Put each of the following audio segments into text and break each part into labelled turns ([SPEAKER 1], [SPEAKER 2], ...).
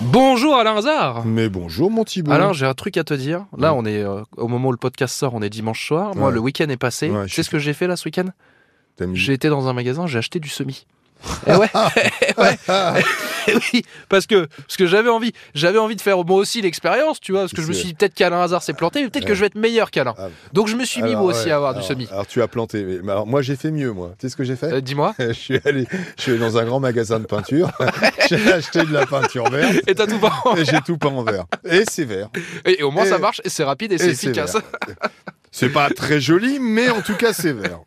[SPEAKER 1] Bonjour Alain Hazard
[SPEAKER 2] Ah. Mais bonjour mon Thibault.
[SPEAKER 1] Alain, j'ai un truc à te dire. Là, on est euh, au moment où le podcast sort, on est dimanche soir. Moi,
[SPEAKER 2] Ouais.
[SPEAKER 1] le week-end est passé.
[SPEAKER 2] Ouais, je
[SPEAKER 1] tu sais
[SPEAKER 2] suis- Mm.
[SPEAKER 1] ce que j'ai fait là ce week-end
[SPEAKER 2] T'as mis-
[SPEAKER 1] J'ai été dans un magasin, j'ai acheté du semi. Eh ouais, eh ouais. Eh oui, parce que parce que j'avais envie, j'avais envie de faire moi aussi l'expérience, tu vois, parce que je me
[SPEAKER 2] C'est-
[SPEAKER 1] suis dit peut-être qu'Alain Hazard s'est planté, mais peut-être que
[SPEAKER 2] Ouais.
[SPEAKER 1] je vais être meilleur qu'Alain.
[SPEAKER 2] Ah.
[SPEAKER 1] Donc je me suis mis
[SPEAKER 2] Alors,
[SPEAKER 1] moi aussi
[SPEAKER 2] ouais,
[SPEAKER 1] à avoir du
[SPEAKER 2] alors-
[SPEAKER 1] semi.
[SPEAKER 2] Alors tu as planté. Mais, mais alors, moi j'ai fait mieux moi. Tu sais ce que j'ai fait
[SPEAKER 1] Euh, Dis-moi.
[SPEAKER 2] je, suis allé, je suis allé dans un grand magasin de peinture. j'ai acheté de la peinture verte.
[SPEAKER 1] Et t'as tout pas.
[SPEAKER 2] Et j'ai tout peint en vert. Et c'est vert.
[SPEAKER 1] Et, et au moins
[SPEAKER 2] Et-
[SPEAKER 1] ça marche, et c'est rapide, et, c'est
[SPEAKER 2] et c'est
[SPEAKER 1] efficace.
[SPEAKER 2] C'est pas très joli, mais en tout cas c'est vert.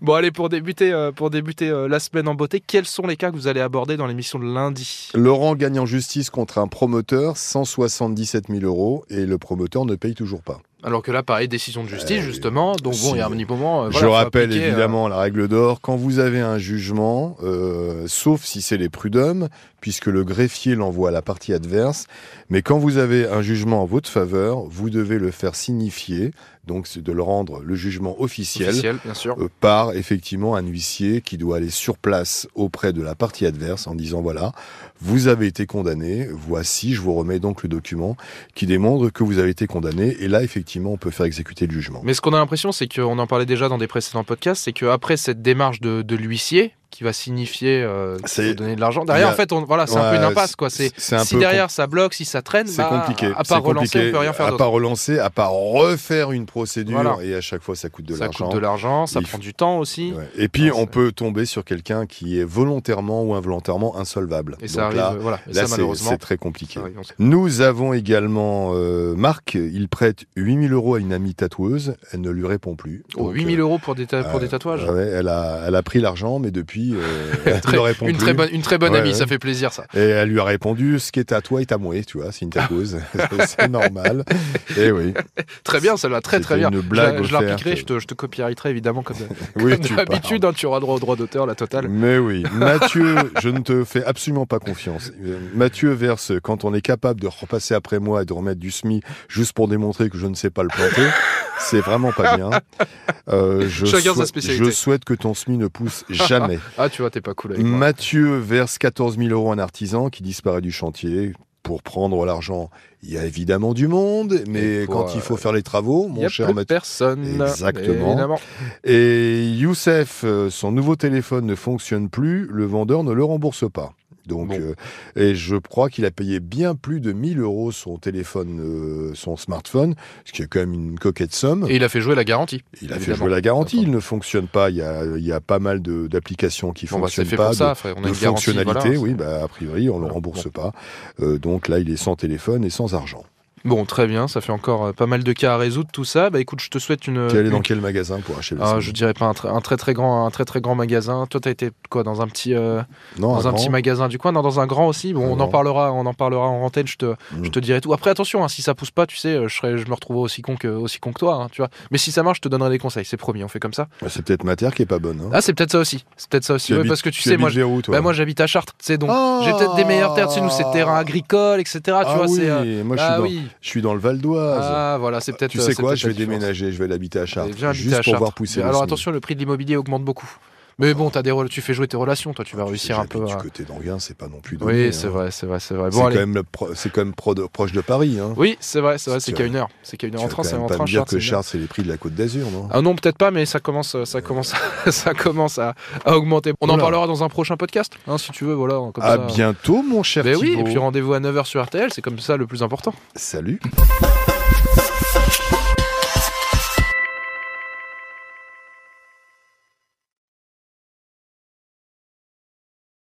[SPEAKER 1] Bon allez, pour débuter, euh, pour débuter euh, la semaine en beauté, quels sont les cas que vous allez aborder dans l'émission de lundi
[SPEAKER 2] Laurent gagne en justice contre un promoteur 177 000 euros et le promoteur ne paye toujours pas.
[SPEAKER 1] Alors que là, pareil, décision de justice,
[SPEAKER 2] Euh,
[SPEAKER 1] justement. Donc bon,
[SPEAKER 2] si.
[SPEAKER 1] il y a un petit moment. euh,
[SPEAKER 2] Je
[SPEAKER 1] voilà, faut
[SPEAKER 2] rappelle
[SPEAKER 1] appliquer, euh,
[SPEAKER 2] évidemment la règle d'or, quand vous avez un jugement, euh, sauf si c'est les prud'hommes, puisque le greffier l'envoie à la partie adverse, mais quand vous avez un jugement en votre faveur, vous devez le faire signifier, donc c'est de le rendre le jugement officiel,
[SPEAKER 1] officiel, bien sûr.
[SPEAKER 2] euh, par effectivement un huissier qui doit aller sur place auprès de la partie adverse en disant voilà, vous avez été condamné, voici, je vous remets donc le document qui démontre que vous avez été condamné, et là effectivement on peut faire exécuter le jugement.
[SPEAKER 1] Mais ce qu'on a l'impression, c'est qu'on en parlait déjà dans des précédents podcasts, c'est qu'après cette démarche de, de l'huissier qui va signifier euh, qu'il
[SPEAKER 2] C'est-
[SPEAKER 1] faut donner de l'argent, derrière,
[SPEAKER 2] il y a-
[SPEAKER 1] en fait, on, voilà, Ah, c'est un peu
[SPEAKER 2] Ouais,
[SPEAKER 1] une impasse, quoi. C'est
[SPEAKER 2] c'est un
[SPEAKER 1] si
[SPEAKER 2] peu
[SPEAKER 1] derrière ça bloque, si ça traîne,
[SPEAKER 2] C'est
[SPEAKER 1] bah,
[SPEAKER 2] compliqué.
[SPEAKER 1] À
[SPEAKER 2] c'est
[SPEAKER 1] part relancer,
[SPEAKER 2] compliqué.
[SPEAKER 1] on peut rien faire
[SPEAKER 2] À
[SPEAKER 1] d'autre.
[SPEAKER 2] part relancer, à part refaire une procédure,
[SPEAKER 1] Voilà.
[SPEAKER 2] et à chaque fois ça coûte de
[SPEAKER 1] Ça coûte
[SPEAKER 2] l'argent.
[SPEAKER 1] de l'argent, ça
[SPEAKER 2] Il
[SPEAKER 1] prend
[SPEAKER 2] faut-
[SPEAKER 1] du temps aussi.
[SPEAKER 2] Ouais. Et puis
[SPEAKER 1] Ah,
[SPEAKER 2] on
[SPEAKER 1] c'est-
[SPEAKER 2] peut tomber sur quelqu'un qui est volontairement ou involontairement insolvable.
[SPEAKER 1] Et ça
[SPEAKER 2] Donc
[SPEAKER 1] arrive,
[SPEAKER 2] là,
[SPEAKER 1] euh, voilà. Et
[SPEAKER 2] là,
[SPEAKER 1] ça,
[SPEAKER 2] c'est-
[SPEAKER 1] malheureusement.
[SPEAKER 2] c'est très compliqué.
[SPEAKER 1] ça arrive.
[SPEAKER 2] Nous avons également euh, Marc, il prête 8000 euros à une amie tatoueuse, elle ne lui répond plus.
[SPEAKER 1] Oh,
[SPEAKER 2] Donc,
[SPEAKER 1] 8000 euros pour des, ta- pour
[SPEAKER 2] euh,
[SPEAKER 1] des tatouages.
[SPEAKER 2] ouais, elle, a, elle a pris l'argent, mais depuis, euh, elle ne répond
[SPEAKER 1] une,
[SPEAKER 2] plus.
[SPEAKER 1] très bonne, une très bonne
[SPEAKER 2] Ouais,
[SPEAKER 1] amie,
[SPEAKER 2] ouais.
[SPEAKER 1] ça fait plaisir ça.
[SPEAKER 2] Et elle lui a répondu Ce qui est à toi est à moi, tu vois, c'est une tatoueuse.
[SPEAKER 1] Ah.
[SPEAKER 2] c'est normal. Et oui.
[SPEAKER 1] Très bien, ça va très très bien.
[SPEAKER 2] C'était une blague
[SPEAKER 1] je je l'appliquerai,
[SPEAKER 2] offerte.
[SPEAKER 1] je te, je te copyrighterai évidemment comme,
[SPEAKER 2] Oui,
[SPEAKER 1] comme
[SPEAKER 2] tu Mm.
[SPEAKER 1] d'habitude, hein, tu auras droit au droit d'auteur, la
[SPEAKER 2] parles.
[SPEAKER 1] totale.
[SPEAKER 2] Mais oui, Mathieu, je ne te fais absolument pas confiance. Euh, Mathieu verse quand on est capable de repasser après moi et de remettre du SMI juste pour démontrer que je ne sais pas le planter, c'est vraiment pas bien. Euh, je
[SPEAKER 1] Chacun sa
[SPEAKER 2] souhai-
[SPEAKER 1] spécialité.
[SPEAKER 2] Je souhaite que ton SMI ne pousse jamais.
[SPEAKER 1] Ah, tu vois, t'es pas cool avec moi.
[SPEAKER 2] Mathieu verse 14 000 euros à un artisan qui disparaît du chantier. Pour prendre l'argent, il y a évidemment du monde, mais
[SPEAKER 1] Et pour,
[SPEAKER 2] quand il faut faire les travaux,
[SPEAKER 1] Il y
[SPEAKER 2] mon
[SPEAKER 1] a
[SPEAKER 2] cher
[SPEAKER 1] plus
[SPEAKER 2] Mathieu.
[SPEAKER 1] personne.
[SPEAKER 2] Exactement.
[SPEAKER 1] Évidemment.
[SPEAKER 2] Et Youssef, euh, son nouveau téléphone ne fonctionne plus, le vendeur ne le rembourse pas. Donc,
[SPEAKER 1] Bon.
[SPEAKER 2] euh, et je crois qu'il a payé bien plus de 1000 euros son téléphone, euh, son smartphone, ce qui est quand même une coquette somme.
[SPEAKER 1] Et il a fait jouer la garantie.
[SPEAKER 2] il a fait
[SPEAKER 1] évidemment.
[SPEAKER 2] jouer la garantie,
[SPEAKER 1] D'accord.
[SPEAKER 2] il ne fonctionne pas. Il y a, il y a pas mal de- d'applications qui
[SPEAKER 1] Bon, bah, c'est
[SPEAKER 2] fonctionnent
[SPEAKER 1] fait
[SPEAKER 2] pas.
[SPEAKER 1] pour
[SPEAKER 2] de-
[SPEAKER 1] ça. frère. On a
[SPEAKER 2] de
[SPEAKER 1] une garantie.
[SPEAKER 2] fonctionnalité,
[SPEAKER 1] voilà.
[SPEAKER 2] oui, bah, a priori, on ne
[SPEAKER 1] Voilà,
[SPEAKER 2] le rembourse pas. Euh, donc là, il est sans téléphone et sans argent.
[SPEAKER 1] Bon, très bien. Ça fait encore euh, pas mal de cas à résoudre, tout ça. Bah écoute, je te souhaite une.
[SPEAKER 2] Tu es allé dans
[SPEAKER 1] une-
[SPEAKER 2] quel magasin pour acheter le
[SPEAKER 1] Ah,
[SPEAKER 2] smartphone
[SPEAKER 1] je dirais pas un, tr- un très très grand un très très grand magasin. Toi t'as été quoi dans un petit euh,
[SPEAKER 2] Non,
[SPEAKER 1] dans un,
[SPEAKER 2] grand.
[SPEAKER 1] petit magasin du coin, non dans un grand aussi. Bon,
[SPEAKER 2] Un
[SPEAKER 1] on en
[SPEAKER 2] grand.
[SPEAKER 1] parlera, on en parlera en antenne. Je te
[SPEAKER 2] Mm.
[SPEAKER 1] je te dirai tout. Après attention, hein, si ça pousse pas, tu sais, euh, je serais je me retrouverai aussi con que aussi con que toi, hein, tu vois. Mais si ça marche, je te donnerai des conseils. C'est promis, on fait comme ça.
[SPEAKER 2] bah, C'est peut-être ma terre qui est pas bonne. hein.
[SPEAKER 1] Ah c'est peut-être ça aussi. C'est peut-être ça aussi.
[SPEAKER 2] Mm. Tu
[SPEAKER 1] Ouais,
[SPEAKER 2] habites-
[SPEAKER 1] parce que tu
[SPEAKER 2] tu
[SPEAKER 1] sais, moi
[SPEAKER 2] habites vers où, toi
[SPEAKER 1] Bah, moi j'habite à Chartres, tu sais, donc
[SPEAKER 2] Ah
[SPEAKER 1] j'ai peut-être des meilleures terres, tu sais, nous c'est terrain agricole, etc. Tu
[SPEAKER 2] Ah
[SPEAKER 1] vois,
[SPEAKER 2] oui,
[SPEAKER 1] c'est. euh,
[SPEAKER 2] moi je suis,
[SPEAKER 1] ah
[SPEAKER 2] dans,
[SPEAKER 1] oui,
[SPEAKER 2] je suis dans le Val d'Oise.
[SPEAKER 1] ah voilà, c'est peut-être.
[SPEAKER 2] tu
[SPEAKER 1] euh,
[SPEAKER 2] sais
[SPEAKER 1] c'est
[SPEAKER 2] quoi,
[SPEAKER 1] peut-être
[SPEAKER 2] je vais
[SPEAKER 1] la différence.
[SPEAKER 2] déménager, je vais l'habiter à
[SPEAKER 1] Et
[SPEAKER 2] Chartres,
[SPEAKER 1] viens
[SPEAKER 2] juste
[SPEAKER 1] habiter à
[SPEAKER 2] pour voir
[SPEAKER 1] Chartres.
[SPEAKER 2] pousser.
[SPEAKER 1] Mais
[SPEAKER 2] le
[SPEAKER 1] Alors
[SPEAKER 2] SMIC.
[SPEAKER 1] attention, le prix de l'immobilier augmente beaucoup. Mais bon, as des rela- tu fais jouer tes relations, toi, tu vas
[SPEAKER 2] Tu sais,
[SPEAKER 1] réussir un peu.
[SPEAKER 2] j'habite
[SPEAKER 1] à-
[SPEAKER 2] Du côté d'Anguin, c'est pas non plus.
[SPEAKER 1] Oui,
[SPEAKER 2] donné,
[SPEAKER 1] c'est
[SPEAKER 2] hein.
[SPEAKER 1] vrai, c'est vrai, c'est vrai.
[SPEAKER 2] C'est
[SPEAKER 1] Bon
[SPEAKER 2] quand
[SPEAKER 1] allez.
[SPEAKER 2] même le pro- c'est quand même pro- de- proche de Paris. Hein.
[SPEAKER 1] Oui, c'est vrai, c'est vrai, c'est
[SPEAKER 2] Tu
[SPEAKER 1] qu'à
[SPEAKER 2] vas-
[SPEAKER 1] une heure, c'est qu'à une heure en
[SPEAKER 2] Tu vas
[SPEAKER 1] train,
[SPEAKER 2] quand
[SPEAKER 1] c'est
[SPEAKER 2] même
[SPEAKER 1] en
[SPEAKER 2] pas
[SPEAKER 1] train
[SPEAKER 2] me dire
[SPEAKER 1] Chartres, c'est
[SPEAKER 2] que
[SPEAKER 1] une heure.
[SPEAKER 2] Chartres, c'est les prix de la Côte d'Azur, non
[SPEAKER 1] Ah non, peut-être pas, mais ça commence, ça commence, ça commence à, à augmenter. On en
[SPEAKER 2] Euh. Oula.
[SPEAKER 1] parlera dans un prochain podcast, hein, si tu veux, voilà. Comme
[SPEAKER 2] À
[SPEAKER 1] ça.
[SPEAKER 2] bientôt, mon cher
[SPEAKER 1] Ben oui, et
[SPEAKER 2] Thibaut.
[SPEAKER 1] puis rendez-vous à 9h sur RTL, c'est comme ça le plus important.
[SPEAKER 2] Salut.